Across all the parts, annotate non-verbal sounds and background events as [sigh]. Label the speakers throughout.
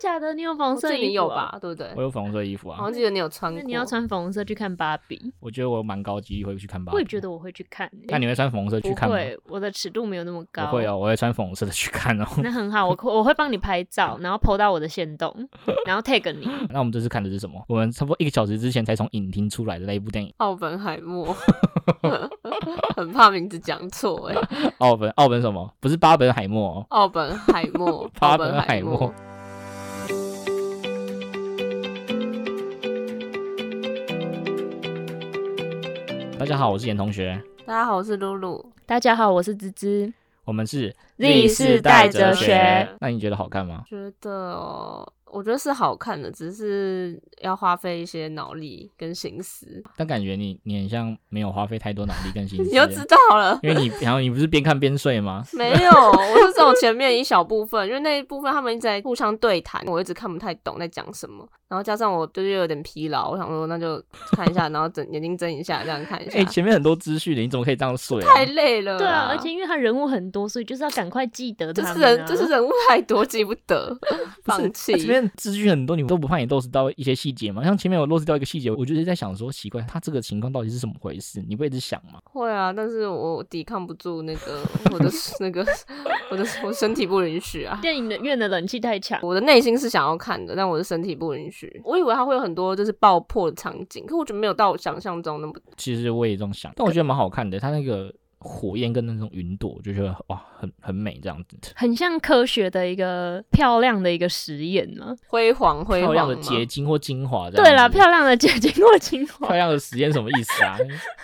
Speaker 1: 假的？你有粉红色
Speaker 2: 这
Speaker 1: 的
Speaker 2: 里
Speaker 1: 衣
Speaker 2: 有
Speaker 1: 服啊？
Speaker 2: 吧？对不对
Speaker 3: 我？有粉红色衣服
Speaker 2: 我
Speaker 3: 啊
Speaker 2: 好，
Speaker 1: 哦
Speaker 2: 像记得你有穿
Speaker 1: 那
Speaker 2: 过。，
Speaker 1: 你要穿粉红色去看芭比，
Speaker 3: 我觉得我蛮高机会去看芭比。
Speaker 1: 我也觉得我会去看欸。
Speaker 3: 那你会穿粉红色去啊看
Speaker 1: 不
Speaker 3: 吗？
Speaker 1: 会，我的尺度没有那么
Speaker 3: 我
Speaker 1: 高。
Speaker 3: 会哦，我会穿粉红色的去看哦。 [laughs]
Speaker 1: 那很好，我我会帮你拍照，然后 PO 到我的线动，然后 tag 你。
Speaker 3: 那我们这次看的是什么？我们差不多一个小时之前才从影厅出来的那一部电影
Speaker 2: 奥本海默， [laughs] 很怕名字讲错哎。
Speaker 3: 《奥本奥本什么》？不是巴本海默、哦，
Speaker 2: 奥本海
Speaker 3: [laughs]，
Speaker 2: 默
Speaker 3: 巴
Speaker 2: 本
Speaker 3: 本海
Speaker 2: 默
Speaker 3: 默。。大家好，我是严同学，
Speaker 2: 大家好，我是露露。
Speaker 1: 大家好，我是芝芝。
Speaker 3: 我们是
Speaker 1: Z 世代哲学。
Speaker 3: 那你觉得好看吗？
Speaker 2: 觉得哦，我觉得是好看的，只是要花费一些脑力跟心思。
Speaker 3: 但感觉你你很像没有花费太多脑力跟心
Speaker 1: [laughs]
Speaker 2: 你
Speaker 3: 思，
Speaker 2: 就知道
Speaker 3: [laughs]
Speaker 2: 了。
Speaker 3: 因为你然后你不是边看边睡吗？
Speaker 2: 没有，我是走前面一小部分，因为那一部分他们一直在互相对谈，我一直看不太懂在讲什么，然后加上我就是有点疲劳，我想说那就看一下，然后睁眼睛睁一下，这样看一下
Speaker 3: 哎、，前面很多资讯的，你怎么可以这样睡、啊？
Speaker 2: 啊太累了啦。
Speaker 1: 对啊，而
Speaker 3: [laughs]
Speaker 1: 且因为他人物很多，所以就是要赶快记得
Speaker 2: 就
Speaker 1: 他
Speaker 2: 是
Speaker 1: 们、啊。
Speaker 2: 人就是人物太多，记不得，
Speaker 3: [laughs] 不是啊
Speaker 2: 放弃
Speaker 3: 那。前面资讯很多，你都不怕你漏失到一些细节吗？像前面我漏失掉一个细节，我就是在想说，奇怪，他这个情况到底是怎么回事？你不会一直想吗？
Speaker 2: 会啊，但是我抵抗不住那个我的那个我的我身体不允许啊。
Speaker 1: [laughs] 电影的院的冷气太强，
Speaker 2: 我的内心是想要看的，但我的身体不允许。我以为它会有很多就是爆破的场景，可我觉得没有到我想象中那么
Speaker 3: 其实我也这样想，但我觉得蛮好看的，它那个火焰跟那种云朵，我就觉得哇，很很美这样子，
Speaker 1: 很像科学的一个漂亮的一个实验嘛。
Speaker 2: 辉煌辉
Speaker 3: 漂
Speaker 2: 煌
Speaker 3: 亮的
Speaker 2: 嘛
Speaker 3: 结晶或精华这样子。
Speaker 1: 对啦，漂亮的结晶或精
Speaker 3: 漂
Speaker 1: 华，
Speaker 3: 亮的实验什么意思啊？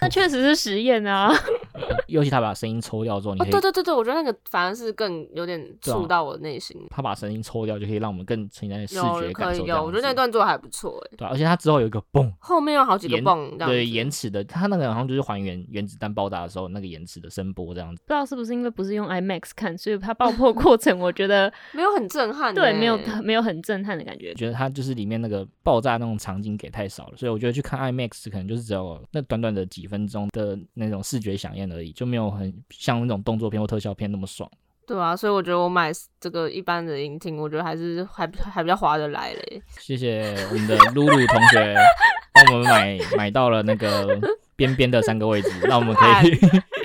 Speaker 1: 那确实是实验啊。 [laughs]
Speaker 3: 尤其他把声音抽掉之后，你
Speaker 2: 哦，
Speaker 3: 可以
Speaker 2: 对对对对，我觉得那个反而是更有点
Speaker 3: 对啊
Speaker 2: 触到我的内心。
Speaker 3: 他把声音抽掉，就可以让我们更承担视
Speaker 2: 有
Speaker 3: 觉
Speaker 2: 可
Speaker 3: 感
Speaker 2: 以
Speaker 3: 受这
Speaker 2: 有，
Speaker 3: 样
Speaker 2: 我觉得那
Speaker 3: 子。
Speaker 2: 段做的还不错哎。
Speaker 3: 对啊，而且他之后有一个嘣，
Speaker 2: 后面有好几个
Speaker 3: 延
Speaker 2: 泵，这样
Speaker 3: 对
Speaker 2: 子
Speaker 3: 延迟的，他那个好像就是还原原子弹爆炸的时候那个延迟的声波这样子。
Speaker 1: 不知道是不是因为不是用 IMAX 看，所以它爆破过程我觉得
Speaker 2: 没有很震撼欸。
Speaker 1: 对没有没有很震撼的感觉
Speaker 3: 我。觉得它就是里面那个爆炸那种场景给太少了，所以我觉得去看 IMAX 可能就是只有那短短的几分钟的那种视觉响应而已，就没有很像那种动作片或特效片那么爽。
Speaker 2: 对啊，所以我觉得我买这个一般的音听，我觉得还是还还比较划得来嘞。
Speaker 3: 谢谢我们的露露同
Speaker 2: [laughs]
Speaker 3: 学帮我们买买到了那个边边的三个位置，让我们可以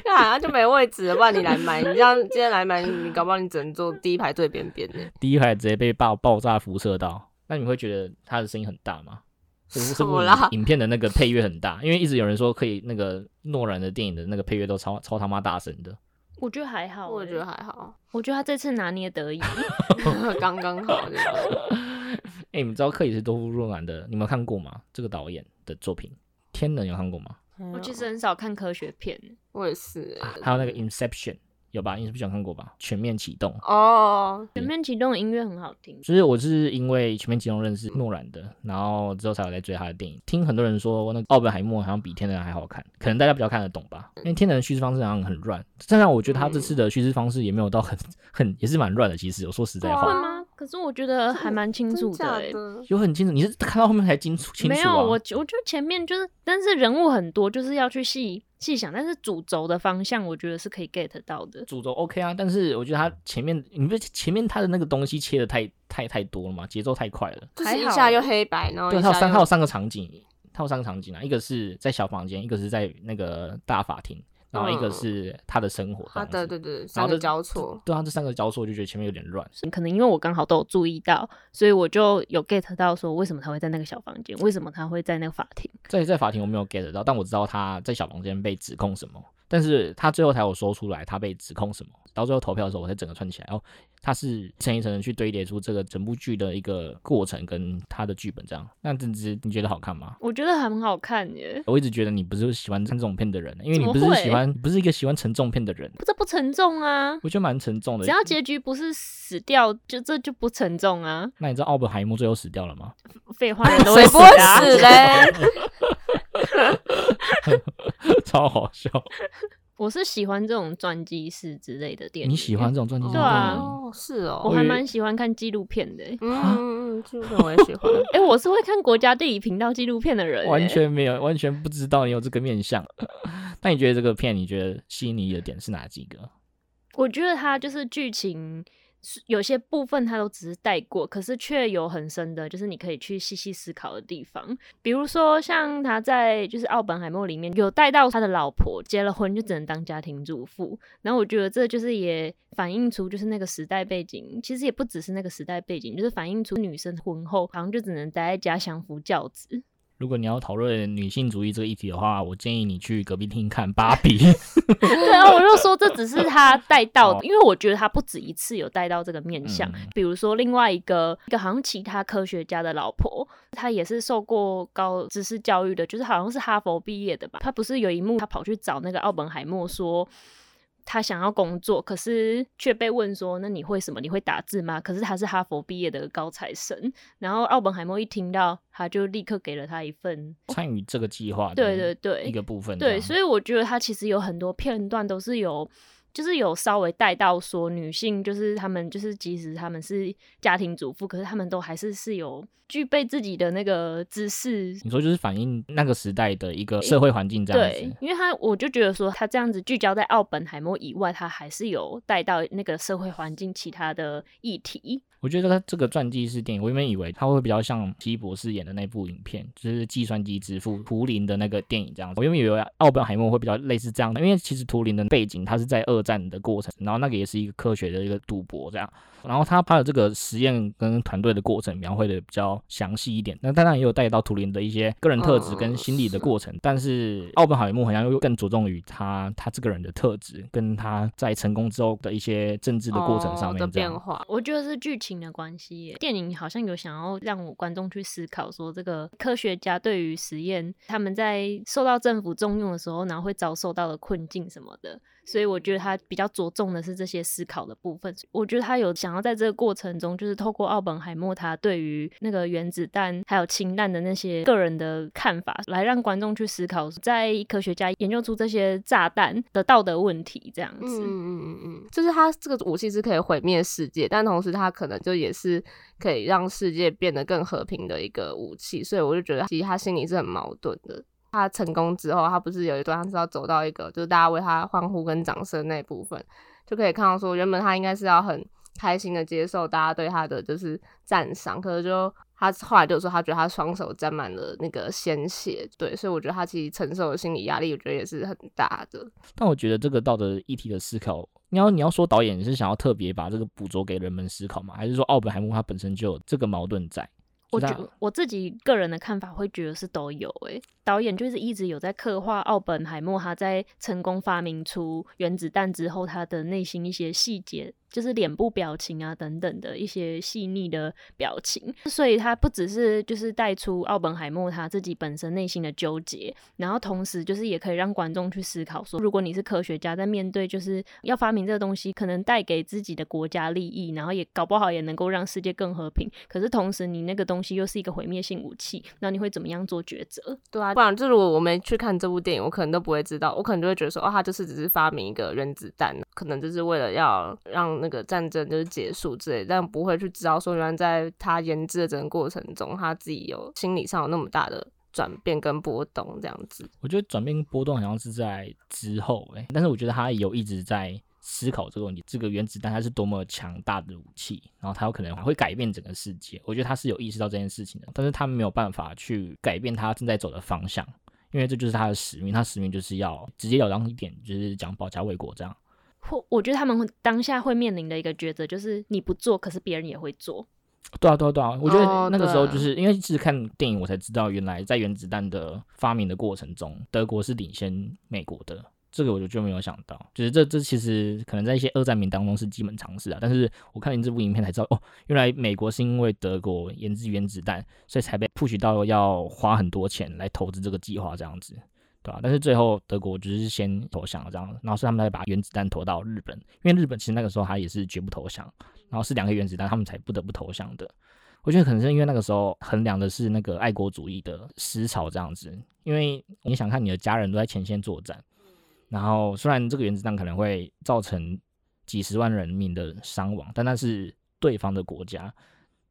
Speaker 2: 那好像就没位置了，不然你来买，你这样今天来买，你搞不好你只能坐第一排最边边的。
Speaker 3: [laughs] 第一排直接被爆爆炸辐射到。那你会觉得它的声音很大吗？这部
Speaker 2: 什
Speaker 3: 这部
Speaker 2: 么啦
Speaker 3: 影片的那个配乐很大，因为一直有人说可以那个诺兰的电影的那个配乐都超超他妈大声的。 [laughs]
Speaker 1: 我觉得还好欸、
Speaker 2: 我觉得还好，
Speaker 1: 我觉得他这次拿捏
Speaker 2: [laughs]
Speaker 1: 得宜，
Speaker 2: 刚刚好这样。
Speaker 3: 哎、你们知道克里斯多夫·诺兰的，你们有看过吗？这个导演的作品《天能》有看过吗？
Speaker 1: 我其实很少看科学片，
Speaker 2: 我也是欸
Speaker 3: 啊还有那个《Inception》有吧？《Inception》有看过吧？《全面启动》。
Speaker 2: 哦，
Speaker 1: 全面启动的音乐很好听，
Speaker 3: 就是我是因为《全面启动》认识诺兰的，然后之后才有在追他的电影。听很多人说，那个《奥本海默》好像比《天能》还好看，可能大家比较看得懂吧。因为《天能》的叙事方式好像很乱，当然我觉得他这次的叙事方式也没有到很很也是蛮乱的。其实我说实在
Speaker 2: 对
Speaker 1: 会
Speaker 3: 话，
Speaker 2: 啊
Speaker 1: 吗？可是我觉得还蛮清楚
Speaker 2: 真假
Speaker 1: 欸
Speaker 2: 的？
Speaker 3: 有很清楚，你是看到后面才清楚清楚、啊。
Speaker 1: 没有，我觉我觉得前面就是，但是人物很多，就是要去细细想，但是主轴的方向，我觉得是可以 get 到的。
Speaker 3: 主轴 OK 啊，但是我觉得他前面，你不是前面他的那个东西切的太太太多了嘛，节奏太快了。
Speaker 2: 就
Speaker 1: 还
Speaker 2: 是一
Speaker 1: 好
Speaker 2: 下又黑白，然后
Speaker 3: 对，
Speaker 2: 一
Speaker 3: 他有
Speaker 2: 下
Speaker 3: 三，他
Speaker 2: 又
Speaker 3: 有三个场景，他有三个场景啊，一个是在小房间，一个是在那个大法庭，然后一个
Speaker 2: 嗯
Speaker 3: 是他的生活。
Speaker 2: 他的，对对对，
Speaker 3: 然
Speaker 2: 三
Speaker 3: 后
Speaker 2: 个
Speaker 3: 这
Speaker 2: 交错。
Speaker 3: 对啊，这三个交错，我就觉得前面有点乱。
Speaker 1: 可能因为我刚好都有注意到，所以我就有 get 到说为什么他会在那个小房间，为什么他会在那个法庭。
Speaker 3: 在在法庭我没有 get 到，但我知道他在小房间被指控什么，但是他最后才有说出来他被指控什么。到最后投票的时候，我才整个串起来。哦，他是一层一层的去堆叠出这个整部剧的一个过程跟他的剧本这样。那这只你觉得好看吗？
Speaker 1: 我觉得很好看耶，
Speaker 3: 我一直觉得你不是喜欢看这种片的人，因为
Speaker 1: 怎
Speaker 3: 你
Speaker 1: 么
Speaker 3: 不是
Speaker 1: 会
Speaker 3: 喜欢，你不是一个喜欢沉重片的人。
Speaker 1: 这不沉重啊。
Speaker 3: 我觉得蛮沉重的
Speaker 1: 只。要结局不是死掉，就这就不沉重啊。
Speaker 3: 那你知道奥本海默最后死掉了吗？ [laughs]
Speaker 1: 废话，
Speaker 2: [laughs]
Speaker 1: 人都
Speaker 2: 谁
Speaker 1: 会死
Speaker 2: 不会
Speaker 1: 的啊。
Speaker 2: 死嘞？
Speaker 3: 超好笑！
Speaker 1: 我是喜欢这种传记式之类的电影。
Speaker 3: 你喜欢？这种传记式
Speaker 1: 对
Speaker 3: 电
Speaker 1: 啊
Speaker 3: 影？
Speaker 2: 哦，是
Speaker 1: 我
Speaker 2: 哦，
Speaker 1: 还蛮喜欢看纪录片的耶。
Speaker 2: 嗯嗯嗯，这个我也喜欢。
Speaker 1: 哎、我是会看国家地理频道纪录片的人啊欸耶，
Speaker 3: 完全没有，完全不知道你有这个面相。 [laughs] 那你觉得这个片，你觉得吸引你的点是哪几个？
Speaker 1: 我觉得它就是剧情是有些部分它都只是带过，可是却有很深的，就是你可以去细细思考的地方。比如说，像他在就是《奥本海默》里面有带到他的老婆结了婚就只能当家庭主妇，然后我觉得这就是也反映出就是那个时代背景，其实也不只是那个时代背景，就是反映出女生婚后好像就只能待在家相夫教子。
Speaker 3: 如果你要讨论女性主义这个议题的话，我建议你去隔壁厅看《芭比》。
Speaker 1: [laughs] 对
Speaker 3: [laughs]
Speaker 1: 啊，我就说这只是他带到的，因为我觉得他不止一次有带到这个面相。
Speaker 3: 哦嗯
Speaker 1: 比如说另外一个一个好像其他科学家的老婆，她也是受过高知识教育的，就是好像是哈佛毕业的吧。她不是有一幕，她跑去找那个奥本海默说。她想要工作，可是却被问说：“那你会什么？你会打字吗？”可是她是哈佛毕业的高材生，然后奥本海默一听到，他就立刻给了他一份
Speaker 3: 参与这个计划，
Speaker 1: 对对对
Speaker 3: 一个部分这样。
Speaker 1: 对，所以我觉得他其实有很多片段都是有，就是有稍微带到说女性，就是她们就是即使她们是家庭主妇，可是她们都还是是有具备自己的那个知识。
Speaker 3: 你说就是反映那个时代的一个社会环境嗯这样
Speaker 1: 对
Speaker 3: 子，。
Speaker 1: 因为他我就觉得说，他这样子聚焦在奥本海默以外，他还是有带到那个社会环境其他的议题。
Speaker 3: 我觉得他这个传记式电影，我原本以为他会比较像奇异博士演的那部影片，就是《计算机之父》图灵的那个电影这样子。我原本以为奥本海默会比较类似这样的，因为其实图灵的背景他是在二战的过程，然后那个也是一个科学的一个赌博这样。然后他拍的这个实验跟团队的过程描绘的比较详细一点，那当然也有带到图灵的一些个人特质跟心理
Speaker 2: 嗯
Speaker 3: 的过程，但是奥本海默好像又更着重于他他这个人的特质跟他在成功之后的一些政治的过程上
Speaker 2: 哦的
Speaker 3: 面这样。
Speaker 2: 变化，
Speaker 1: 我觉得是剧情的关系耶。电影好像有想要让我观众去思考，说这个科学家对于实验，他们在受到政府重用的时候，然后会遭受到的困境什么的。所以我觉得他比较着重的是这些思考的部分。我觉得他有想要在这个过程中，就是透过奥本海默他对于那个原子弹还有氢弹的那些个人的看法，来让观众去思考，在科学家研究出这些炸弹的道德问题这样
Speaker 2: 嗯
Speaker 1: 子。
Speaker 2: 嗯嗯嗯，就是它这个武器是可以毁灭世界，但同时它可能就也是可以让世界变得更和平的一个武器，所以我就觉得其实他心里是很矛盾的。他成功之后，他不是有一段他是要走到一个就是大家为他欢呼跟掌声那部分，就可以看到说原本他应该是要很开心的接受大家对他的就是赞赏，可是就他后来就说他觉得他双手沾满了那个鲜血，对，所以我觉得他其实承受的心理压力，我觉得也是很大的。
Speaker 3: 但我觉得这个道德议题的思考，你要你要说导演是想要特别把这个捕捉给人们思考吗？还是说奥本海默他本身就有这个矛盾在？
Speaker 1: 我
Speaker 3: 是
Speaker 1: 觉
Speaker 3: 他
Speaker 1: 我自己个人的看法会觉得是都有诶、导演就是一直有在刻画奥本海默他在成功发明出原子弹之后他的内心一些细节，就是脸部表情啊等等的一些细腻的表情，所以他不只是就是带出奥本海默他自己本身内心的纠结，然后同时就是也可以让观众去思考说，如果你是科学家，在面对就是要发明这个东西，可能带给自己的国家利益，然后也搞不好也能够让世界更和平。可是同时，你那个东西又是一个毁灭性武器，那你会怎么样做抉择？
Speaker 2: 对啊，不然就如果我没去看这部电影，我可能都不会知道，我可能就会觉得说，哦，他就是只是发明一个原子弹，可能就是为了要让那个战争就是结束之类，但不会去知道说，原来在他研制的整个过程中，他自己有心理上有那么大的转变跟波动这样子。
Speaker 3: 我觉得转变波动好像是在之后、欸，但是我觉得他有一直在思考这个问题，这个原子弹它是多么强大的武器，然后它有可能还会改变整个世界。我觉得他是有意识到这件事情的，但是他没有办法去改变他正在走的方向，因为这就是他的使命，他使命就是要直截了当一点，就是讲保家卫国这样。
Speaker 1: 或我觉得他们会当下会面临的一个抉择，就是你不做，可是别人也会做。
Speaker 3: 对啊，对啊，对啊！我觉得
Speaker 2: 哦
Speaker 3: 那个
Speaker 2: 对
Speaker 3: 时候
Speaker 2: 啊
Speaker 3: 就是、因为其实看电影，我才知道原来在原子弹的发明的过程中，德国是领先美国的。这个我就就没有想到，就是这这其实可能在一些二战片当中是基本常识啊。但是我看你这部影片才知道，哦，原来美国是因为德国研制原子弹，所以才被 push 到要花很多钱来投资这个计划这样子，对吧、啊但是最后德国就是先投降了这样，然后是他们才把原子弹投到日本，因为日本其实那个时候他也是绝不投降，然后是两个原子弹他们才不得不投降的。我觉得可能是因为那个时候衡量的是那个爱国主义的思潮这样子，因为你想看你的家人都在前线作战，
Speaker 1: 嗯
Speaker 3: 然后虽然这个原子弹可能会造成几十万人民的伤亡，但那是对方的国家，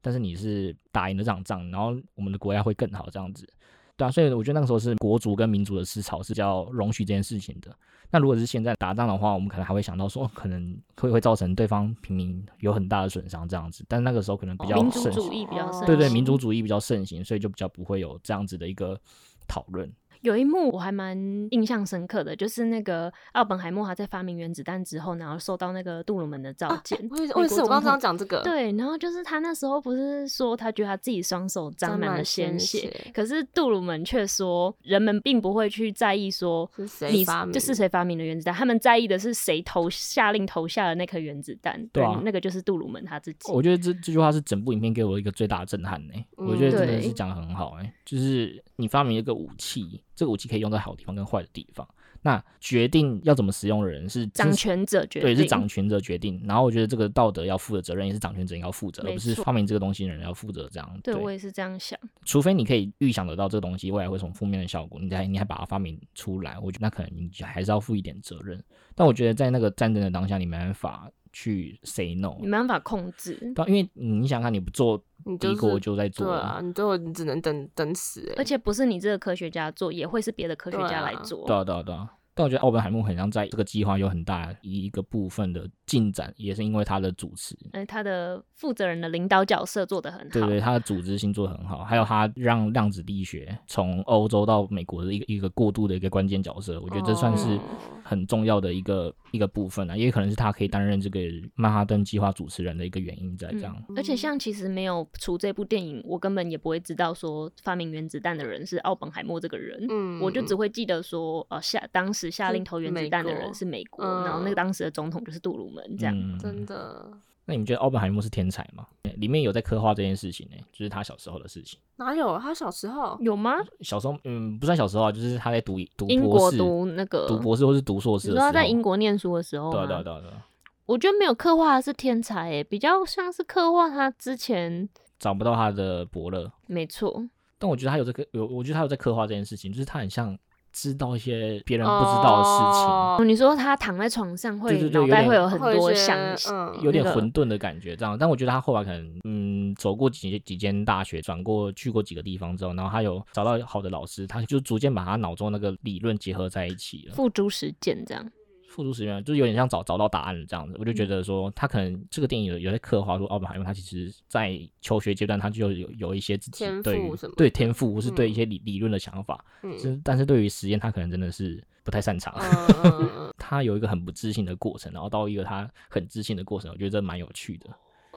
Speaker 3: 但是你是打赢了这场仗，然后我们的国家会更好这样子。对啊，所以我觉得那个时候是国族跟民族的思潮是比较容许这件事情的。那如果是现在打仗的话，我们可能还会想到说，哦可能会会造成对方平民有很大的损伤这样子，但那个时候可能
Speaker 2: 哦
Speaker 3: 比较
Speaker 1: 哦民族
Speaker 3: 盛
Speaker 1: 主
Speaker 3: 行，
Speaker 1: 义比较盛
Speaker 3: 对对，
Speaker 1: 行
Speaker 3: 民族主义比较盛行，所以就比较不会有这样子的一个讨论。
Speaker 1: 有一幕我还蛮印象深刻的，就是那个奥本海默他在发明原子弹之后，然后受到那个杜鲁门的召见。
Speaker 2: 啊我也是
Speaker 1: 美
Speaker 2: 我也
Speaker 1: 国
Speaker 2: 是，我刚
Speaker 1: 总统
Speaker 2: 刚讲这个，，
Speaker 1: 对，然后就是他那时候不是说他觉得他自己双手沾
Speaker 2: 沾
Speaker 1: 满
Speaker 2: 满
Speaker 1: 了鲜
Speaker 2: 鲜
Speaker 1: 血
Speaker 2: 血，
Speaker 1: 可是杜鲁门却说人们并不会去在意说
Speaker 2: 是谁
Speaker 1: 你
Speaker 2: 发明
Speaker 1: 就是谁发明的原子弹，他们在意的是谁投下令投下了那颗原子弹，
Speaker 3: 对啊
Speaker 1: 而那个就是杜鲁门他自己。
Speaker 3: 我觉得这这句话是整部影片给我一个最大的震撼呢、我觉得真的
Speaker 1: 嗯对
Speaker 3: 是讲的很好哎、就是你发明一个武器，这个武器可以用在好地方跟坏的地方，那决定要怎么使用的人是
Speaker 1: 掌
Speaker 3: 是
Speaker 1: 权者决定
Speaker 3: 对，是掌权者决定。然后我觉得这个道德要负的责任也是掌权者应该要负责，
Speaker 1: 没
Speaker 3: 而不是
Speaker 1: 错
Speaker 3: 发明这个东西的人要负责这样。
Speaker 1: 对我也是这样想。
Speaker 3: 除非你可以预想得到这个东西未来会有什么负面的效果，你才你还把它发明出来，我觉得那可能你还是要负一点责任。但我觉得在那个战争的当下，你没办法去 say no，
Speaker 1: 你没办法控制，
Speaker 3: 对啊，因为你想想看，你不做，
Speaker 2: 你就
Speaker 3: 敌国
Speaker 2: 是
Speaker 3: 就在做
Speaker 2: 对啊，你最后你只能等等死欸，
Speaker 1: 而且不是你这个科学家做，也会是别的科学
Speaker 2: 对
Speaker 1: 家来
Speaker 2: 啊
Speaker 1: 做。
Speaker 3: 对啊，对啊，对啊。但我觉得奥本海默很像在这个计划有很大一一个部分的进展，也是因为他的主持，
Speaker 1: 呃，他的负责人的领导角色做得很好。
Speaker 3: 对对，他的组织性做得很好，还有他让量子力学从欧洲到美国的一个一个过渡的一个关键角色，我觉得这算是
Speaker 2: 哦
Speaker 3: 很重要的一个一个部分啊，也可能是他可以担任这个曼哈顿计划主持人的一个原因在这样。
Speaker 1: 嗯而且像其实没有除这部电影，我根本也不会知道说发明原子弹的人是奥本海默这个人，
Speaker 2: 嗯
Speaker 1: 我就只会记得说，呃，下当时下
Speaker 2: 是
Speaker 1: 令投原子
Speaker 2: 美
Speaker 1: 弹的
Speaker 2: 国
Speaker 1: 人是美国，
Speaker 2: 嗯
Speaker 1: 然后那个当时的总统就是杜鲁门这样。
Speaker 3: 嗯
Speaker 2: 真的
Speaker 3: 那你们觉得奥本海默是天才吗？欸里面有在刻画这件事情呢、就是他小时候的事情。
Speaker 2: 哪有他小时
Speaker 3: 嗯
Speaker 2: 候
Speaker 1: 有吗？
Speaker 3: 小时候，嗯，不算小时候啊，就是他在读读
Speaker 1: 英
Speaker 3: 博
Speaker 1: 国
Speaker 3: 士、
Speaker 1: 读那个
Speaker 3: 读博士或是读硕
Speaker 1: 你
Speaker 3: 士的
Speaker 1: 说
Speaker 3: 时候，
Speaker 1: 他在英国念书的时候
Speaker 3: 对啊，
Speaker 1: 吗？
Speaker 3: 对啊，对啊，对啊，
Speaker 1: 我觉得没有刻画他是天才、欸，比较像是刻画他之前，
Speaker 3: 找不到他的伯乐。
Speaker 1: 没错，
Speaker 3: 但我觉得他有这个有，我觉得他有在刻画这件事情，就是他很像知道一些别人不知道的事情，
Speaker 1: 哦，你说他躺在床上会
Speaker 3: 对对对
Speaker 1: 脑
Speaker 3: 有
Speaker 1: 袋
Speaker 3: 点
Speaker 1: 会有很
Speaker 2: 会有一
Speaker 1: 多
Speaker 2: 些
Speaker 1: 想，
Speaker 2: 嗯
Speaker 3: 有点
Speaker 1: 那个
Speaker 3: 混沌的感觉这样。但我觉得他后来可能嗯走过几几间大学，转过去过几个地方之后，然后他有找到好的老师，他就逐渐把他脑中那个理论结合在一起了。
Speaker 1: 付诸实践这样。
Speaker 3: 付诸实验就是有点像找找到答案了这样子。我就觉
Speaker 2: 嗯
Speaker 3: 得说他可能这个电影有有在刻画说奥本海默他其实在求学阶段他就有有一些自己
Speaker 2: 天赋
Speaker 3: 对于
Speaker 2: 什么的
Speaker 3: 对天赋或是对
Speaker 2: 嗯
Speaker 3: 一些理理论的想法，
Speaker 2: 嗯
Speaker 3: 真但是对于实验他可能真的是不太擅长。
Speaker 2: 嗯嗯嗯
Speaker 3: 他有一个很不自信的过程，然后到一个他很自信的过程，我觉得这蛮有趣的，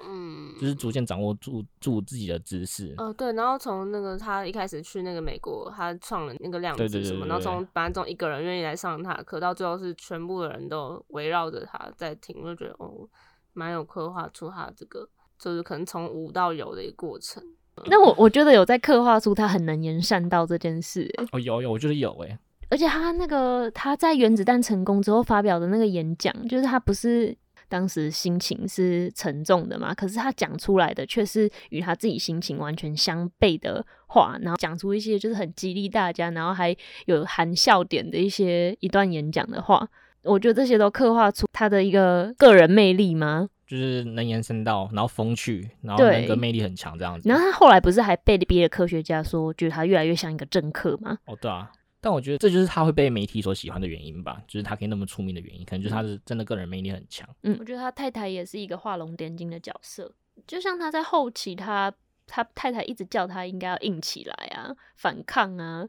Speaker 2: 嗯
Speaker 3: [laughs] 就是逐渐掌握住住自己的知识。
Speaker 1: 嗯
Speaker 2: 呃，对，然后从那个他一开始去那个美国，他创了那个量
Speaker 3: 对
Speaker 2: 子
Speaker 3: 对对
Speaker 2: 什么，
Speaker 3: 对
Speaker 2: 然后
Speaker 3: 对
Speaker 2: 从本来从一个人愿意来上他的课，到最后是全部的人都围绕着他在听，我就觉得哦，蛮有刻画出他这个就是可能从无到有的一个过程。
Speaker 1: 那我我觉得有在刻画出他很能言善道这件事欸，
Speaker 3: 哦，有有，我觉得有诶、
Speaker 1: 而且他那个他在原子弹成功之后发表的那个演讲，就是他不是当时心情是沉重的嘛，可是他讲出来的却是与他自己心情完全相悖的话，然后讲出一些就是很激励大家，然后还有含笑点的一些一段演讲的话，我觉得这些都刻画出他的一个个人魅力吗？
Speaker 3: 就是能言善道，然后风趣，然后人
Speaker 1: 对
Speaker 3: 格魅力很强这样子。
Speaker 1: 然后他后来不是还被别的科学家说，觉得他越来越像一个政客吗？
Speaker 3: 哦，对啊，但我觉得这就是他会被媒体所喜欢的原因吧，就是他可以那么出名的原因，可能就是他的真的个人魅力很强。
Speaker 1: 嗯，我觉得他太太也是一个画龙点睛的角色，就像他在后期他，他太太一直叫他应该要硬起来啊，反抗啊。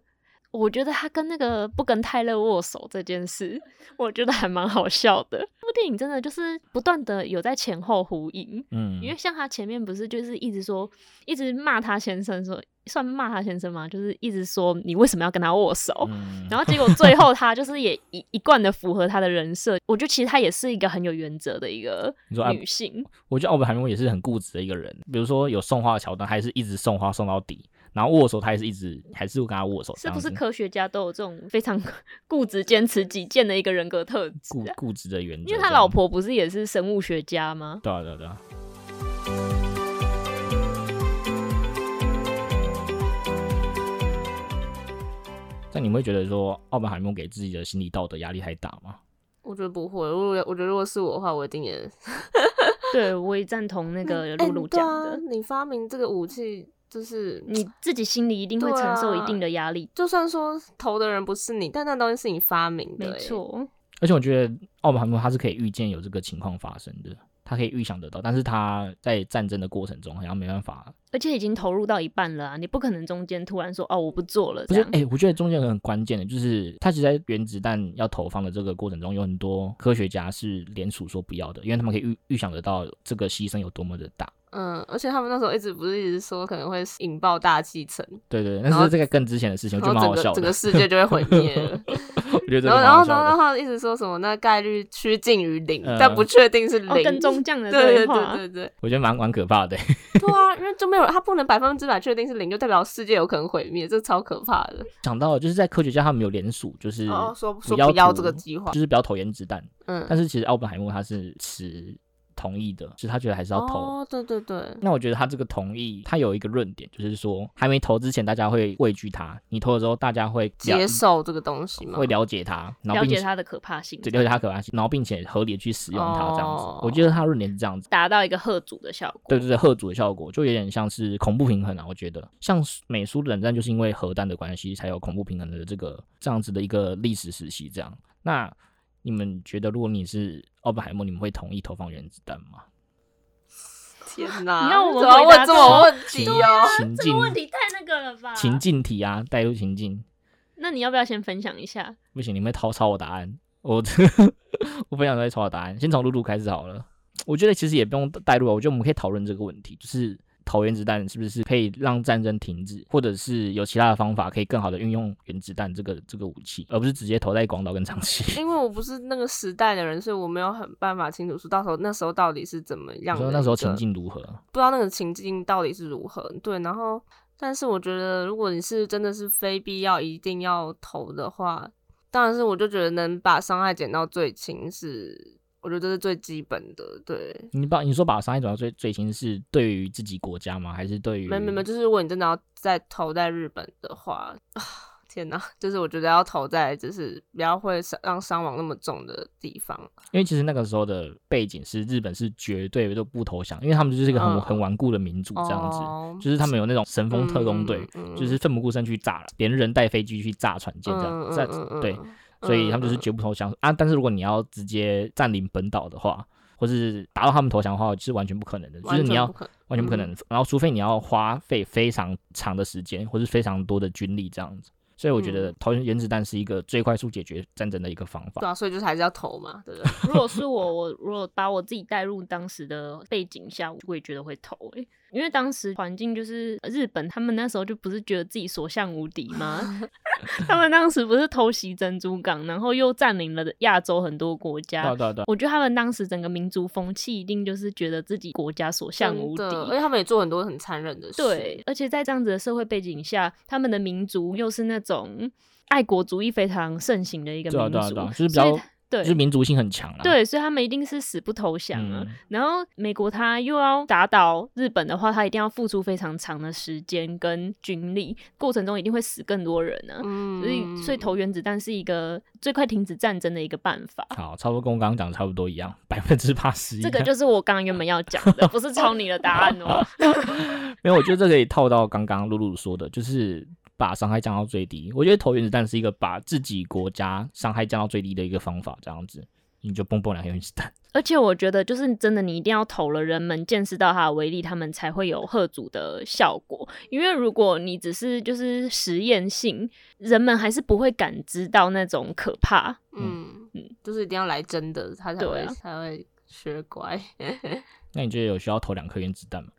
Speaker 1: 我觉得他跟那个不跟泰勒握手这件事，我觉得还蛮好笑的。这部电影真的就是不断的有在前后呼应，
Speaker 3: 嗯，
Speaker 1: 因为像他前面不是就是一直说，一直骂他先生说，算骂他先生吗？就是一直说你为什么要跟他握手？
Speaker 3: 嗯
Speaker 1: 哦然后结果最后他就是也一一贯的符合他的人设，我觉得其实他也是一个很有原则的一个
Speaker 3: 你说安啊
Speaker 1: 女性，
Speaker 3: 我觉得奥本海默也是很固执的一个人，比如说有送花的桥段，他也是一直送花送到底，然后握手他也是一直还是会跟他握手这
Speaker 1: 是
Speaker 3: 样
Speaker 1: 不
Speaker 3: 子，
Speaker 1: 是科学家都有这种非常 [laughs] 固执、坚持己见的一个人格特质
Speaker 3: 固
Speaker 1: 啊、
Speaker 3: 固执的原则这
Speaker 1: 因
Speaker 3: 样？
Speaker 1: 为他老婆不是也是生物学家吗？
Speaker 3: 对啊对啊对啊。但你们会觉得说奥本海默给自己的心理道德压力太大吗？
Speaker 2: 我觉得不会，如果我觉得如果是我的话，我一定也 [laughs]
Speaker 1: 对，我也赞同那个
Speaker 2: 哎
Speaker 1: 露露
Speaker 2: 对
Speaker 1: 讲的。
Speaker 2: 啊你发明这个武器就是
Speaker 1: 你自己心里一定会
Speaker 2: 对
Speaker 1: 承受一
Speaker 2: 啊
Speaker 1: 定的压力。
Speaker 2: 就算说投的人不是你，但那东西是你发明的、欸
Speaker 1: 没，错，
Speaker 3: 而且我觉得奥本海默他是可以预见有这个情况发生的，他可以预想得到，但是他在战争的过程中好像没办法，
Speaker 1: 而且已经投入到一半了啊，你不可能中间突然说哦我不做了这
Speaker 3: 不是
Speaker 1: 样。
Speaker 3: 哎、我觉得中间有个很关键的，就是他其实在原子弹要投放的这个过程中，有很多科学家是联署说不要的，因为他们可以预预想得到这个牺牲有多么的大。
Speaker 2: 嗯，而且他们那时候一直不是一直说可能会引爆大气层，
Speaker 3: 对对，
Speaker 2: 然
Speaker 3: 但
Speaker 2: 后
Speaker 3: 是这个更之前的事情，我
Speaker 2: 然
Speaker 3: 觉得
Speaker 2: 后
Speaker 3: 蛮
Speaker 2: 整个
Speaker 3: 好笑
Speaker 2: 整个
Speaker 3: 的。
Speaker 2: 世界就会毁灭
Speaker 3: [laughs]
Speaker 2: 了。
Speaker 3: 我
Speaker 2: [laughs]
Speaker 3: 觉得这
Speaker 2: 然后
Speaker 3: 个蛮
Speaker 2: 然
Speaker 3: 好
Speaker 2: 后
Speaker 3: 笑
Speaker 2: 然后然
Speaker 3: 的。
Speaker 2: 后一直说什么那概率趋近于零，
Speaker 3: 呃
Speaker 2: 但不确定是零。
Speaker 1: 哦，跟中将的
Speaker 2: 对对
Speaker 1: 话，
Speaker 2: 对对对，
Speaker 3: 我觉得蛮蛮可怕的。 [laughs]
Speaker 2: 对啊，因为就没有他不能百分之百确定是零，就代表世界有可能毁灭，这超可怕的。
Speaker 3: 想到了就是在科学家他们有联署，就是
Speaker 2: 哦，说
Speaker 3: 不
Speaker 2: 说不要
Speaker 3: 涂
Speaker 2: 这个计划
Speaker 3: 就，是不要投原子弹。
Speaker 2: 嗯，
Speaker 3: 但是其实奥本海默他是持同意的，就是他觉得还是要投。
Speaker 2: 哦，对对对，
Speaker 3: 那我觉得他这个同意，他有一个论点，就是说还没投之前大家会畏惧他，你投了之后大家会
Speaker 2: 接
Speaker 3: 了
Speaker 2: 受这个东西嘛
Speaker 3: 会，了解他，然后
Speaker 1: 了
Speaker 3: 并
Speaker 1: 解
Speaker 3: 且
Speaker 1: 它的可怕性，
Speaker 3: 对了解他可怕性，然后并且合理地去使用它这样子。
Speaker 2: 哦
Speaker 3: 我觉得他论点是这样子。
Speaker 1: 达到一个贺主的效果。
Speaker 3: 对对对，核主的效果就有点像是恐怖平衡啊。我觉得像美苏冷战就是因为核弹的关系，才有恐怖平衡的这个这样子的一个历史时期。这样，那你们觉得，如果你是奥本海默，你们会同意投放原子弹吗？
Speaker 2: 天哪！
Speaker 1: 你要我们
Speaker 2: 怎么
Speaker 1: 回答
Speaker 2: 问这么
Speaker 1: 这
Speaker 2: 问题哦？
Speaker 3: 情
Speaker 1: 这
Speaker 3: 境
Speaker 1: 个问题太那个了吧？
Speaker 3: 情境题啊，带入情境，
Speaker 1: 那你要不要先分享一下？
Speaker 3: 不行，你们会抄抄我答案，我 [laughs] 我分享都会抄我答案。先从露露开始好了。我觉得其实也不用带入啊，我觉得我们可以讨论这个问题，就是投原子弹是不是可以让战争停止，或者是有其他的方法可以更好的运用原子弹这个这个武器，而不是直接投在广岛跟长崎。
Speaker 2: 因为我不是那个时代的人，所以我没有很办法清楚说到时候那时候到底是怎么
Speaker 3: 你
Speaker 2: 样的一
Speaker 3: 说
Speaker 2: 个。
Speaker 3: 那时候情境如何？
Speaker 2: 不知道那个情境到底是如何。对，然后但是我觉得，如果你是真的是非必要一定要投的话，当然是我就觉得能把伤害减到最轻是，我觉得这是最基本的。对，
Speaker 3: 你把你说把伤害转到最最轻是对于自己国家吗？还是对于
Speaker 2: 没没没，就是如果你真的要再投在日本的话，啊天哪，就是我觉得要投在就是比较会伤让伤亡那么重的地方。
Speaker 3: 因为其实那个时候的背景是日本是绝对都不投降，因为他们就是一个很、
Speaker 2: 嗯
Speaker 3: 很顽固的民族这样子，
Speaker 2: 哦
Speaker 3: 就是他们有那种神风特工队，
Speaker 2: 嗯嗯
Speaker 3: 就是奋不顾身去炸，连人带飞机去炸船舰这样，
Speaker 2: 嗯
Speaker 3: 在、
Speaker 2: 嗯嗯
Speaker 3: 对，
Speaker 2: 嗯
Speaker 3: 所以他们就是
Speaker 2: 嗯
Speaker 3: 绝不投降、啊。但是如果你要直接占领本岛的话，或是达到他们投降的话，是完全不可能的，就是
Speaker 2: 完
Speaker 3: 你
Speaker 2: 全
Speaker 3: 要
Speaker 2: 不可嗯
Speaker 3: 完全不可能。然后除非你要花费非常长的时间，或是非常多的军力这样子。所以我觉得
Speaker 2: 嗯
Speaker 3: 投原子弹是一个最快速解决战争的一个方法
Speaker 2: 对。啊，所以就是还是要投嘛，对不对？
Speaker 1: 如果是我，我如果把我自己带入当时的背景下，我也觉得会投诶、因为当时环境就是呃日本，他们那时候就不是觉得自己所向无敌吗？ [laughs] 他们当时不是偷袭珍珠港，然后又占领了亚洲很多国
Speaker 3: 对啊
Speaker 1: 家。
Speaker 3: 对啊对啊，
Speaker 1: 我觉得他们当时整个民族风气一定就是觉得自己国家所向无敌
Speaker 2: 真，的而且他们也做很多很残忍的事。
Speaker 1: 对，而且在这样子的社会背景下，他们的民族又是那种爱国主义非常盛行的一个
Speaker 3: 对啊
Speaker 1: 民
Speaker 3: 对啊
Speaker 1: 族，
Speaker 3: 对啊，就是比
Speaker 1: 所以
Speaker 3: 较
Speaker 1: 他对
Speaker 3: 就是民族性很强啊啦。
Speaker 1: 对，所以他们一定是死不投降啊。
Speaker 3: 嗯
Speaker 1: 然后美国他又要打倒日本的话，他一定要付出非常长的时间跟军力，过程中一定会死更多人啊。
Speaker 2: 嗯，
Speaker 1: 所以，所以投原子弹是一个最快停止战争的一个办法。
Speaker 3: 好，差不多跟我刚刚讲的差不多一样，百分之八十一。
Speaker 1: 这
Speaker 3: 啊
Speaker 1: 个就是我刚刚原本要讲的，不是抄你的答案哦。
Speaker 3: 没有，我觉得这可以套到刚刚露露说的，就是把伤害降到最低。我觉得投原子弹是一个把自己国家伤害降到最低的一个方法，这样子你就蹦蹦两个原子弹。
Speaker 1: 而且我觉得，就是真的，你一定要投了，人们见识到它的威力，他们才会有贺主的效果。因为如果你只是就是实验性，人们还是不会感知到那种可怕。
Speaker 2: 嗯，就是一定要来真的，他才
Speaker 1: 对
Speaker 2: 会
Speaker 1: 啊
Speaker 2: 才会学
Speaker 1: [laughs]
Speaker 2: 乖。
Speaker 3: 那你觉得有需要投两颗原子弹吗？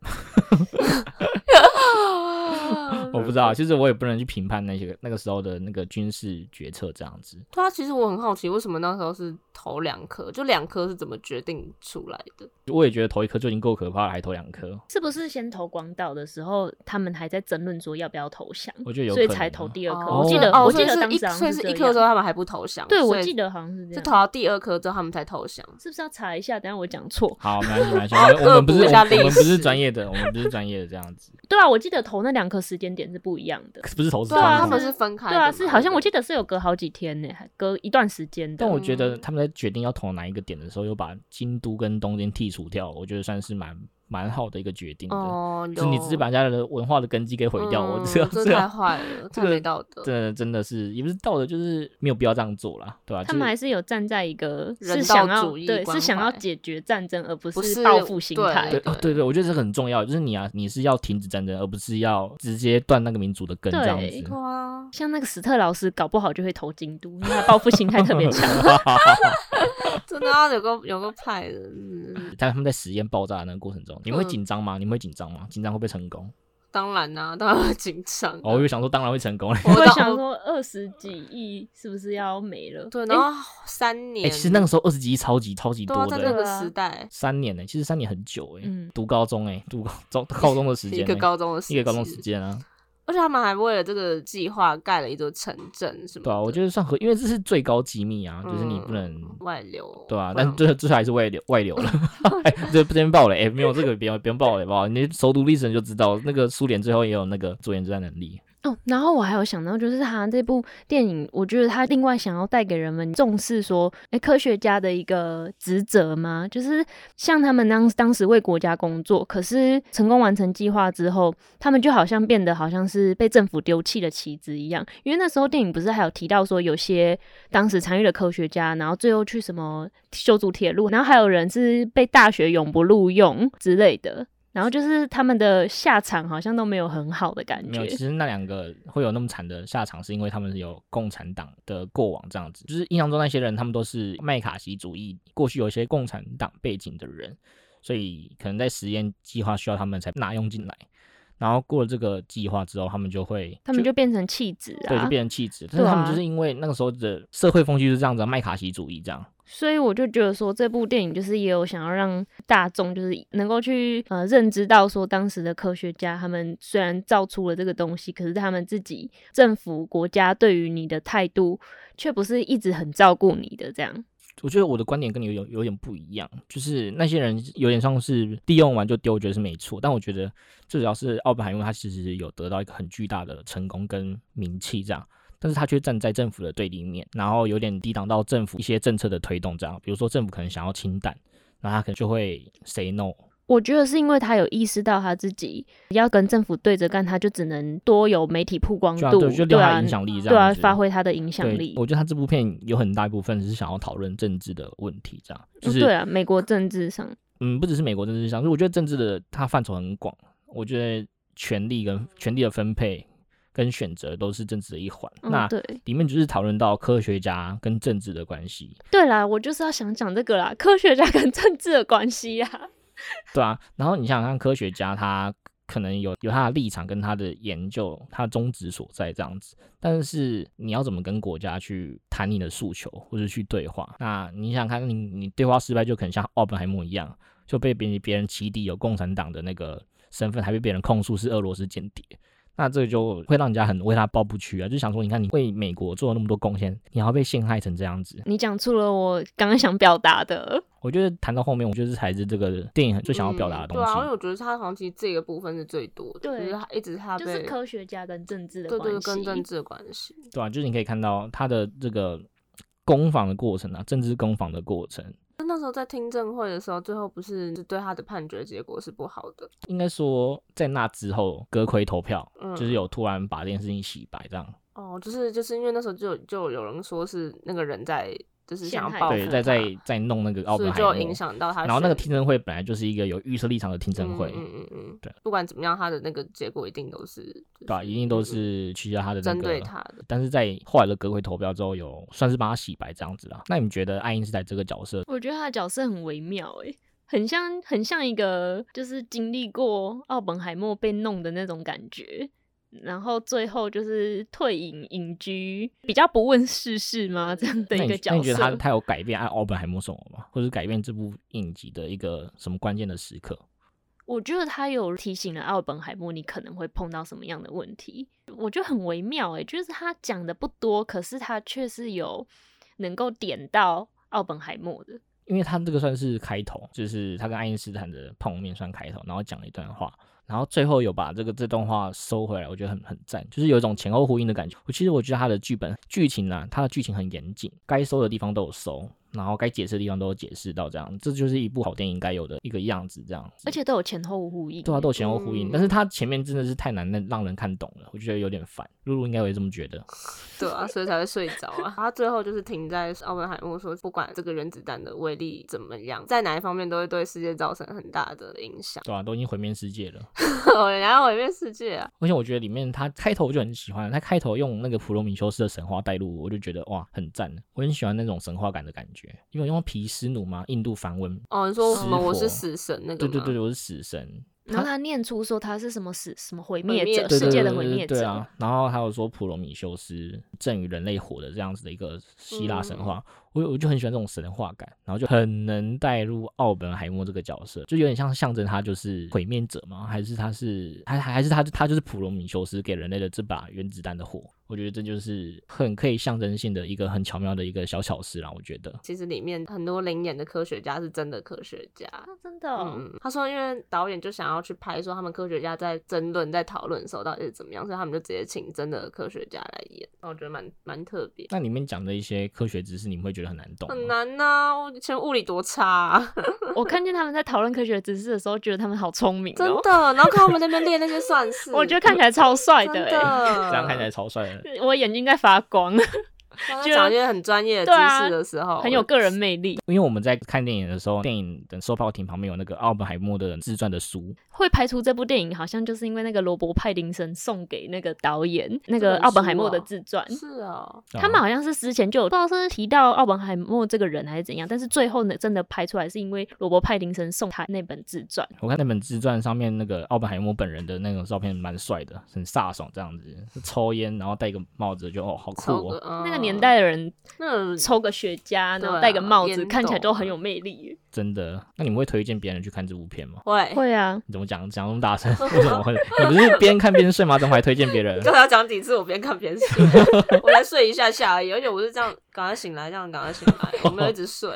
Speaker 3: 我不知道，其实我也不能去评判那些那个时候的那个军事决策这样子。
Speaker 2: 对啊，其实我很好奇，为什么那时候是投两颗？就两颗是怎么决定出来的？
Speaker 3: 我也觉得投一颗就已经够可怕了，还投两颗，
Speaker 1: 是不是先投广岛的时候，他们还在争论说要不要投降，
Speaker 3: 我觉得有可
Speaker 1: 所
Speaker 3: 能
Speaker 1: 以
Speaker 3: 啊、
Speaker 1: 才投第二颗。
Speaker 3: 哦
Speaker 1: 我记得，
Speaker 2: 哦
Speaker 1: 我
Speaker 2: 所
Speaker 1: 记
Speaker 2: 以
Speaker 1: 得
Speaker 2: 是
Speaker 1: 当
Speaker 2: 一，
Speaker 1: 时好
Speaker 2: 所
Speaker 1: 像
Speaker 2: 以
Speaker 1: 是
Speaker 2: 是
Speaker 1: 这
Speaker 2: 一
Speaker 1: 样
Speaker 2: 颗的时候他们还不投降。
Speaker 1: 对，
Speaker 2: 所
Speaker 1: 我
Speaker 2: 以
Speaker 1: 记得好像是这
Speaker 2: 是
Speaker 1: 样。
Speaker 2: 投到第二颗之后他们才投降。
Speaker 1: 是不是要查一下？等一下我讲错。
Speaker 3: 好，没关系，没关系，我们我
Speaker 2: [laughs]
Speaker 3: 们不是
Speaker 2: 啊恶补一
Speaker 3: 我
Speaker 2: 下
Speaker 3: 们我们不
Speaker 2: 历
Speaker 3: 是
Speaker 2: 史
Speaker 3: 专业的，我们不是专业的这样子，
Speaker 1: 对啊，我记得投那两颗时间点是不一样的。
Speaker 3: 不是投资
Speaker 2: 对啊，他
Speaker 1: 是
Speaker 2: 们是分开的
Speaker 1: 对
Speaker 2: 嘛。
Speaker 1: 啊，是好像
Speaker 2: 对
Speaker 1: 我记得是有隔好几天呢，还隔一段时间的
Speaker 3: 但。我觉
Speaker 2: 嗯
Speaker 3: 得他们在决定要投哪一个点的时候，又把京都跟东京剔除掉，我觉得算是蛮蛮好的一个决定的。
Speaker 2: 哦，
Speaker 3: 就是你只是把人家的文化的根基给毁掉，我
Speaker 2: 嗯
Speaker 3: 这
Speaker 2: 这
Speaker 3: [laughs] 这
Speaker 2: 太坏了，
Speaker 3: 啊这
Speaker 2: 太
Speaker 3: 个
Speaker 2: 没道德。
Speaker 3: 真的真的是也不是道德，就是没有必要这样做啦，对吧、
Speaker 1: 他
Speaker 3: 就
Speaker 1: 们还
Speaker 3: 是
Speaker 1: 是有站在一个
Speaker 2: 人
Speaker 1: 是
Speaker 2: 道
Speaker 1: 想要
Speaker 2: 主义
Speaker 1: 对，
Speaker 2: 关
Speaker 1: 是想要
Speaker 2: 怀
Speaker 1: 解决战争，而不
Speaker 2: 不
Speaker 1: 是
Speaker 2: 是
Speaker 1: 报复心
Speaker 2: 对
Speaker 1: 态。
Speaker 3: 对哦对对，我觉得这个很重要，就是你啊，你是要停止战争，而不是要直接断那个民族的根这样
Speaker 1: 对
Speaker 3: 子。
Speaker 2: 哇，
Speaker 1: 像那个史特劳斯，搞不好就会投京都，因为他报复心态特别
Speaker 2: [laughs]
Speaker 1: 强。
Speaker 2: 真的啊要有个有个派的，嗯，
Speaker 3: 但他们在实验爆炸的那个过程中，你们会
Speaker 2: 嗯
Speaker 3: 紧张吗？你们会紧张吗？紧张会不会成功？
Speaker 2: 当然啦、当然会紧张啊。啊
Speaker 3: 哦，我就想说，当然会成功了。
Speaker 1: 我会
Speaker 2: 当
Speaker 1: 想说，二十几亿是不是要没了？哎
Speaker 2: 对，
Speaker 1: 诶
Speaker 2: 然后三
Speaker 3: 哎、
Speaker 2: 年，
Speaker 3: 其实那个时候二十几亿超级超级
Speaker 2: 对啊，在
Speaker 3: 多的、
Speaker 2: 那
Speaker 3: 欸，
Speaker 2: 个
Speaker 1: 对啊
Speaker 2: 时代，
Speaker 3: 三年呢、其实三年很久哎、
Speaker 1: 嗯
Speaker 3: 读高中哎、 [laughs] 读高中高中的时
Speaker 2: [laughs]
Speaker 3: 间、
Speaker 2: 一个
Speaker 3: 欸
Speaker 2: 高中的时
Speaker 3: 一个高中时
Speaker 2: 期，
Speaker 3: 间啊，
Speaker 2: 而且他们还为了这个计划盖了一座城镇，什么的？
Speaker 3: 对啊，我觉
Speaker 2: 得
Speaker 3: 得算合，因为这是最高机密啊，就是你不能。
Speaker 2: 外流，
Speaker 3: 对啊，
Speaker 2: 嗯不
Speaker 3: 但
Speaker 2: 然
Speaker 3: 这这还是外流外流了， [laughs] 哎，这不先爆雷，哎，没有这个不要不用爆雷，好不好？你熟读历史你就知道，那个苏联最后也有那个做研之战能力，
Speaker 1: 哦，然后我还有想到，就是他这部电影，我觉得他另外想要带给人们重视说，哎，科学家的一个职责嘛，就是像他们当当时为国家工作，可是成功完成计划之后，他们就好像变得好像是被政府丢弃的棋子一样。因为那时候电影不是还有提到说，有些当时参与的科学家，然后最后去什么修筑铁路，然后还有人是被大学永不录用之类的。然后就是他们的下场好像都没有很好的感
Speaker 3: 没
Speaker 1: 觉
Speaker 3: 有，，其实那两个会有那么惨的下场，是因为他们是有共产党的过往这样子。就是印象中那些人，他们都是麦卡锡主义，过去有一些共产党背景的人，所以可能在实验计划需要他们才纳用进来。然后过了这个计划之后，他们就会，
Speaker 1: 他们就变成弃子啊，
Speaker 3: 对，就变成弃子。但是
Speaker 1: 对啊
Speaker 3: 他们就是因为那个时候的社会风气就是这样子啊，麦卡锡主义这样。
Speaker 1: 所以我就觉得说，这部电影就是也有想要让大众就是能够去呃认知到说，当时的科学家他们虽然造出了这个东西，可是他们自己政府国家对于你的态度却不是一直很照顾你的这样。
Speaker 3: 我觉得我的观点跟你有有点不一样，就是那些人有点像是利用完就丢，我觉得是没错。但我觉得最主要是奥本海默他其实有得到一个很巨大的成功跟名气这样，但是他却站在政府的对立面，然后有点抵挡到政府一些政策的推动这样。比如说政府可能想要清淡，那他可能就会 say no，
Speaker 1: 我觉得是因为他有意识到他自己要跟政府对着干，他就只能多有媒体曝光
Speaker 3: 就啊
Speaker 1: 度，
Speaker 3: 对，就利用他
Speaker 1: 啊
Speaker 3: 的影，响力这样子。
Speaker 1: 对啊，发挥他的影响
Speaker 3: 对
Speaker 1: 力。
Speaker 3: 我觉得他这部片有很大一部分是想要讨论政治的问题这样，就是、
Speaker 1: 嗯对啊，美国政治上，
Speaker 3: 嗯，不只是美国政治上，就我觉得政治的它范畴很广，我觉得权力跟权力的分配跟选择都是政治的一环。
Speaker 1: 嗯
Speaker 3: 那，
Speaker 1: 对。
Speaker 3: 里面就是讨论到科学家跟政治的关系，
Speaker 1: 对啦，我就是要想讲这个啦，科学家跟政治的关系呀。
Speaker 3: 对啊。然后你想想看，科学家他可能有有他的立场跟他的研究，他的宗旨所在这样子，但是你要怎么跟国家去谈你的诉求或者去对话？那你想想看你你对话失败，就可能像奥本海默一样，就被别人别人起底有共产党的那个身份，还被别人控诉是俄罗斯间谍。那这个就会让人家很为他抱不屈啊，就想说，你看你为美国做了那么多贡献，你还要被陷害成这样子，
Speaker 1: 你讲出了我刚刚想表达的，
Speaker 3: 我觉得谈到后面，我觉得这才是这个电影最想要表达的
Speaker 2: 嗯
Speaker 3: 东
Speaker 2: 对
Speaker 3: 西。
Speaker 2: 啊，因为我觉得他好像其实这个部分是最多的，
Speaker 1: 对
Speaker 2: 就是他一直他
Speaker 3: 啊
Speaker 2: 被
Speaker 1: 就是科学家跟政治的
Speaker 2: 对
Speaker 1: 关
Speaker 2: 对
Speaker 1: 系。
Speaker 2: 跟政治的关系，
Speaker 3: 对啊，就是你可以看到他的这个攻防的过程啊，政治攻防的过程。
Speaker 2: 那那时候在听证会的时候，最后不是就对他的判决结果是不好的，
Speaker 3: 应该说，在那之后，阁魁投票
Speaker 2: 嗯，
Speaker 3: 就是有突然把这件事情洗白，这样、
Speaker 2: 哦，就是就是因为那时候就有就有人说是那个人在就是想
Speaker 1: 陷害
Speaker 2: 要报
Speaker 1: 他
Speaker 2: 复
Speaker 3: 对，在
Speaker 2: 他
Speaker 3: 在在弄那个奥
Speaker 2: 所
Speaker 3: 本
Speaker 2: 以
Speaker 3: 海默
Speaker 2: 就，影响到他选。
Speaker 3: 然后那个听证会本来就是一个有预设立场的听证会，
Speaker 2: 嗯嗯嗯，
Speaker 3: 对
Speaker 2: 嗯不管怎么样，他的那个结果一定都是，就是
Speaker 3: 对吧、一定都
Speaker 2: 嗯嗯
Speaker 3: 是取消他的那
Speaker 2: 针对
Speaker 3: 个。
Speaker 2: 他的。
Speaker 3: 但是在后来的阁魁投票之后，有算是帮他洗白这样子啦。那你们觉得爱因斯坦这个角色
Speaker 1: 我觉得他的角色很微妙、欸，很像很像一个就是经历过奥本海默被弄的那种感觉，然后最后就是退隐隐居，比较不问世事吗？这样的
Speaker 3: 那
Speaker 1: 一
Speaker 3: 你
Speaker 1: 个
Speaker 3: 那
Speaker 1: 角
Speaker 3: 你觉得他
Speaker 1: 色。
Speaker 3: 他有改变爱奥本海默什么吗？或者改变这部影集的一个什么关键的时刻？
Speaker 1: 我觉得他有提醒了奥本海默，你可能会碰到什么样的问题。我觉得很微妙诶、就是他讲的不多，可是他却是有能够点到奥本海默的。
Speaker 3: 因为他这个算是开头，就是他跟爱因斯坦的碰面算开头，然后讲了一段话，然后最后有把这个这段话收回来，我觉得很很赞，就是有一种前后呼应的感觉。我其实我觉得他的剧本剧情啊，他的剧情很严谨，该收的地方都有收，然后该解释的地方都有解释到，这样这就是一部好电影该有的一个样子，这样。
Speaker 1: 而且都有前后呼应。欸
Speaker 3: 对啊，都有前后呼应，
Speaker 2: 嗯
Speaker 3: 但是它前面真的是太难让让人看懂了，我就觉得有点烦。露露应该会这么觉得。
Speaker 2: 对啊，所以才会睡着啊。他最后就是停在奥本海默说，不管这个原子弹的威力怎么样，在哪一方面都会对世界造成很大的影响， [laughs]
Speaker 3: 对啊，都已经毁灭世界了。
Speaker 2: 然后毁灭世界啊。
Speaker 3: 而且我觉得里面它开头我就很喜欢，它开头用那个普罗米修斯的神话带入，我就觉得哇，很赞。我很喜欢那种神话感的感觉，因为用毗湿奴嘛，印度梵文。
Speaker 2: 哦，你说
Speaker 3: 失
Speaker 2: 什么？我
Speaker 3: 火
Speaker 2: 是死神那个
Speaker 3: 对
Speaker 2: 吗？
Speaker 3: 对对，我是死神。
Speaker 1: 然后他念出说他是什么死什么毁
Speaker 2: 毁
Speaker 1: 灭
Speaker 2: 灭
Speaker 1: 者，
Speaker 3: 对
Speaker 2: 者
Speaker 1: 呃世
Speaker 3: 对
Speaker 1: 界
Speaker 3: 对
Speaker 1: 的
Speaker 3: 对
Speaker 1: 毁
Speaker 3: 对
Speaker 1: 灭
Speaker 3: 对
Speaker 1: 者。
Speaker 3: 啊，然后还有说普罗米修斯赠予人类火的这样子的一个希腊神话，
Speaker 1: 嗯
Speaker 3: 我我就很喜欢这种神话感，然后就很能带入奥本海默这个角色，就有点像象征他就是毁灭者吗？还是他是还还还是他他就是普罗米修斯给人类的这把原子弹的火？我觉得这就是很可以象征性的一个很巧妙的一个小巧思啦，我觉得。
Speaker 2: 其实里面很多灵眼的科学家是真的科学家。
Speaker 1: 啊真的哦、
Speaker 2: 嗯，他说，因为导演就想要去拍说他们科学家在争论、在讨论的时候到底是怎么样，所以他们就直接请真的科学家来演，
Speaker 1: 哦
Speaker 2: 那我觉得蛮蛮特别。
Speaker 3: 那里面讲的一些科学知识，你们会觉得很难懂吗？
Speaker 2: 很难呐、我以前物理多
Speaker 1: [laughs]
Speaker 2: 差、啊，
Speaker 3: 嗯
Speaker 1: 我看见他们在讨论科学知识的时候，觉得他们好聪明、哦，
Speaker 2: 真的。然后看他们在那边练那些算式，
Speaker 1: [laughs] 我觉得看起来超帅
Speaker 2: 真的，
Speaker 1: 哎、 [laughs]
Speaker 3: 这样看起来超帅的。
Speaker 1: 我眼睛在发光，
Speaker 2: 当他
Speaker 1: 觉得
Speaker 2: 讲一些很专业的
Speaker 1: 对啊
Speaker 2: 知识的时候，欸
Speaker 1: 很有个人魅力。
Speaker 3: 因为我们在看电影的时候，电影的售票亭旁边有那个奥本海默的自传的书，
Speaker 1: 会排除这部电影，好像就是因为那个罗伯·派丁森送给那个导演那个奥本海默的自传
Speaker 2: 我。是哦，
Speaker 1: 他们好像是之前就有不知道是提到奥本海默这个人还是怎样，但是最后呢，真的拍出来是因为罗伯·派丁森送他那本自传。
Speaker 3: 嗯我看那本自传上面那个奥本海默本人的那种照片蛮帅的，很飒爽这样子，抽烟然后戴个帽子就哦好酷
Speaker 2: 超
Speaker 3: 哦。
Speaker 1: 那个年，代的人
Speaker 2: 嗯那种
Speaker 1: 抽个雪茄，然
Speaker 2: 对
Speaker 1: 后
Speaker 2: 啊
Speaker 1: 戴个帽子，
Speaker 2: 烟
Speaker 1: 看起来
Speaker 2: 斗啊
Speaker 1: 都很有魅力。
Speaker 3: 真的。那你们会推荐别人去看这部片吗？
Speaker 2: 会，
Speaker 1: 会啊，
Speaker 3: 你怎么讲讲那么大
Speaker 1: [laughs]
Speaker 3: 声？为什么会？你不是边看边睡吗？怎么还推荐别人
Speaker 2: 你？刚才要讲几次，我边看边睡，我来睡一下下而已，而且我是这样赶快醒来，这样赶快醒来，我没有一直睡，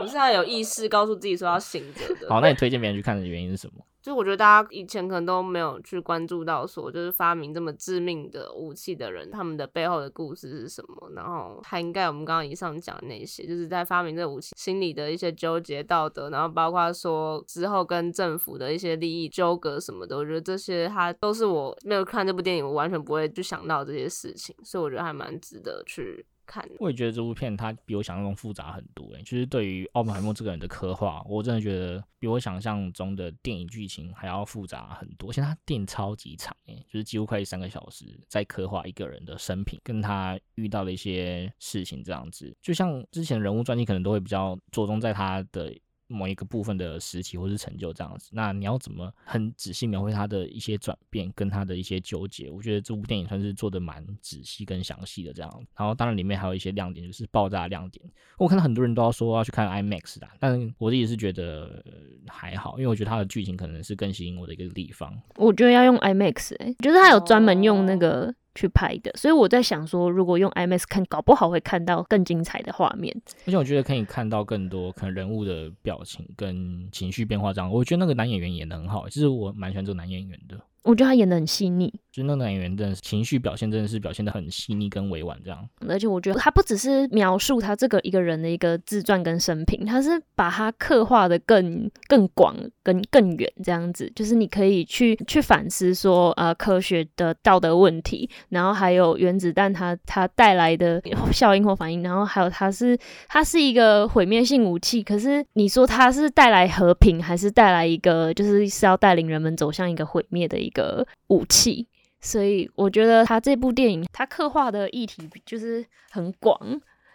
Speaker 2: 我是要有意识告诉自己说要醒着
Speaker 3: [laughs]
Speaker 2: 的。
Speaker 3: 好，那你推荐别人去看的原因是什么？
Speaker 2: 就我觉得大家以前可能都没有去关注到说，就是发明这么致命的武器的人，他们的背后的故事是什么，然后涵盖我们刚刚以上讲的那些，就是在发明这个武器心里的一些纠结、道德，然后包括说之后跟政府的一些利益纠葛什么的，我觉得这些它都是我没有看这部电影，我完全不会去想到这些事情，所以我觉得还蛮值得去看的。
Speaker 3: 我也觉得这部片它比我想象中复杂很多、欸，就是对于奥本海默这个人的刻画，我真的觉得比我想象中的电影剧情还要复杂很多。而且它电影超级长、欸，就是几乎快三个小时，在刻画一个人的生平，跟他遇到的一些事情这样子。就像之前人物传记可能都会比较着重在他的。某一个部分的时期或是成就这样子，那你要怎么很仔细描绘他的一些转变跟他的一些纠结？我觉得这部电影算是做的蛮仔细跟详细的这样。然后当然里面还有一些亮点，就是爆炸亮点，我看到很多人都要说要去看 IMAX 的，但是我自己是觉得呃还好，因为我觉得它的剧情可能是更吸引我的一个地方。
Speaker 1: 我觉得要用 IMAX，哎、就是他有专门用那
Speaker 2: 哦
Speaker 1: 个去拍的，所以我在想说，如果用 IMAX 看，搞不好会看到更精彩的画面。
Speaker 3: 而且我觉得可以看到更多可能人物的表情跟情绪变化这样。我觉得那个男演员演的很好，其实我蛮喜欢这个男演员的，
Speaker 1: 我觉得他演的很细腻，
Speaker 3: 就是那个男演员真的是情绪表现真的是表现的很细腻跟委婉这样。
Speaker 1: 而且我觉得他不只是描述他这个一个人的一个自传跟生平，他是把他刻画的更更广、更更远这样子，就是你可以去去反思说，呃，科学的道德问题，然后还有原子弹它它带来的效应或反应，然后还有它是它是一个毁灭性武器，可是你说它是带来和平，还是带来一个就是是要带领人们走向一个毁灭的一个武器？所以我觉得他这部电影，他刻画的议题就是很广，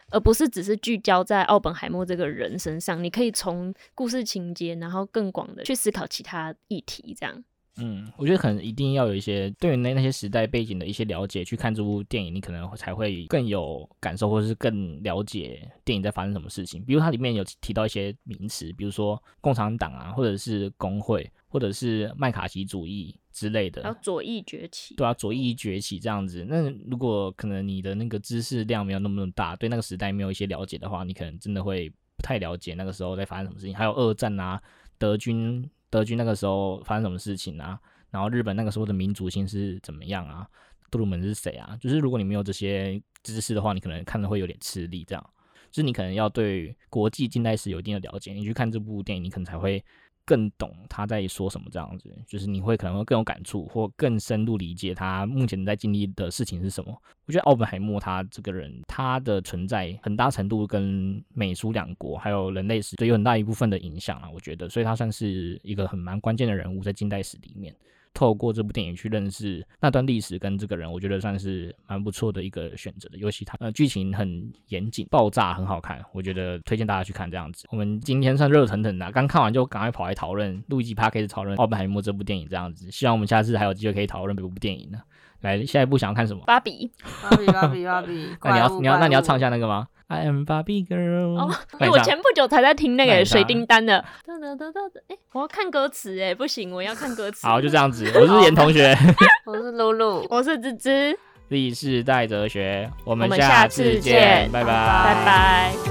Speaker 1: 而不是只是聚焦在奥本海默这个人身上。你可以从故事情节，然后更广的去思考其他议题。这样，
Speaker 3: 嗯，我觉得可能一定要有一些对于那那些时代背景的一些了解，去看这部电影，你可能才会更有感受，或者是更了解电影在发生什么事情。比如它里面有提到一些名词，比如说共产党啊，或者是工会，或者是麦卡锡主义之类的。
Speaker 1: 然后左翼崛起，
Speaker 3: 对啊，左翼崛起这样子。那如果可能你的那个知识量没有那么大，对那个时代没有一些了解的话，你可能真的会不太了解那个时候在发生什么事情。还有二战啊，德军德军那个时候发生什么事情啊，然后日本那个时候的民族性是怎么样啊，杜鲁门是谁啊？就是如果你没有这些知识的话，你可能看的会有点吃力这样。就是你可能要对国际近代史有一定的了解，你去看这部电影，你可能才会更懂他在说什么这样子，就是你会可能会更有感触，或更深入理解他目前在经历的事情是什么。我觉得奥本海默他这个人，他的存在很大程度跟美苏两国还有人类史对有很大一部分的影响啊，我觉得，所以他算是一个很蛮关键的人物在近代史里面。透过这部电影去认识那段历史跟这个人，我觉得算是蛮不错的一个选择的。尤其它呃剧情很严谨，爆炸很好看，我觉得推荐大家去看这样子。我们今天算热腾腾的啊，刚看完就赶快跑来讨论录一集 p a c k a g 讨论《奥本海默》这部电影这样子。希望我们下次还有机会可以讨论这部电影呢。来，下一部想要看什么？
Speaker 1: 芭比，
Speaker 2: 芭比芭比芭比，
Speaker 3: [laughs] 那
Speaker 2: 怪
Speaker 3: 你要
Speaker 2: 物
Speaker 3: 你要那你要唱
Speaker 2: 怪
Speaker 3: 一。
Speaker 2: 物
Speaker 3: 下那个吗？I am Barbie girl。
Speaker 1: 哦
Speaker 3: 那你
Speaker 1: 我
Speaker 3: 唱
Speaker 1: 前不久才在听那
Speaker 3: 那你
Speaker 1: 个
Speaker 3: 唱
Speaker 1: 水叮当的，哒哒哒哒哒，哎，我要看歌词，哎，不行，我要看歌词。
Speaker 3: 好，就这样子。我是严同学，
Speaker 2: 我是露露，
Speaker 1: 我是芝芝，
Speaker 3: 历史代哲学，我们
Speaker 1: 我们
Speaker 3: 下
Speaker 1: 下次
Speaker 3: 见，
Speaker 1: 见
Speaker 3: 拜
Speaker 2: 拜
Speaker 1: 拜拜。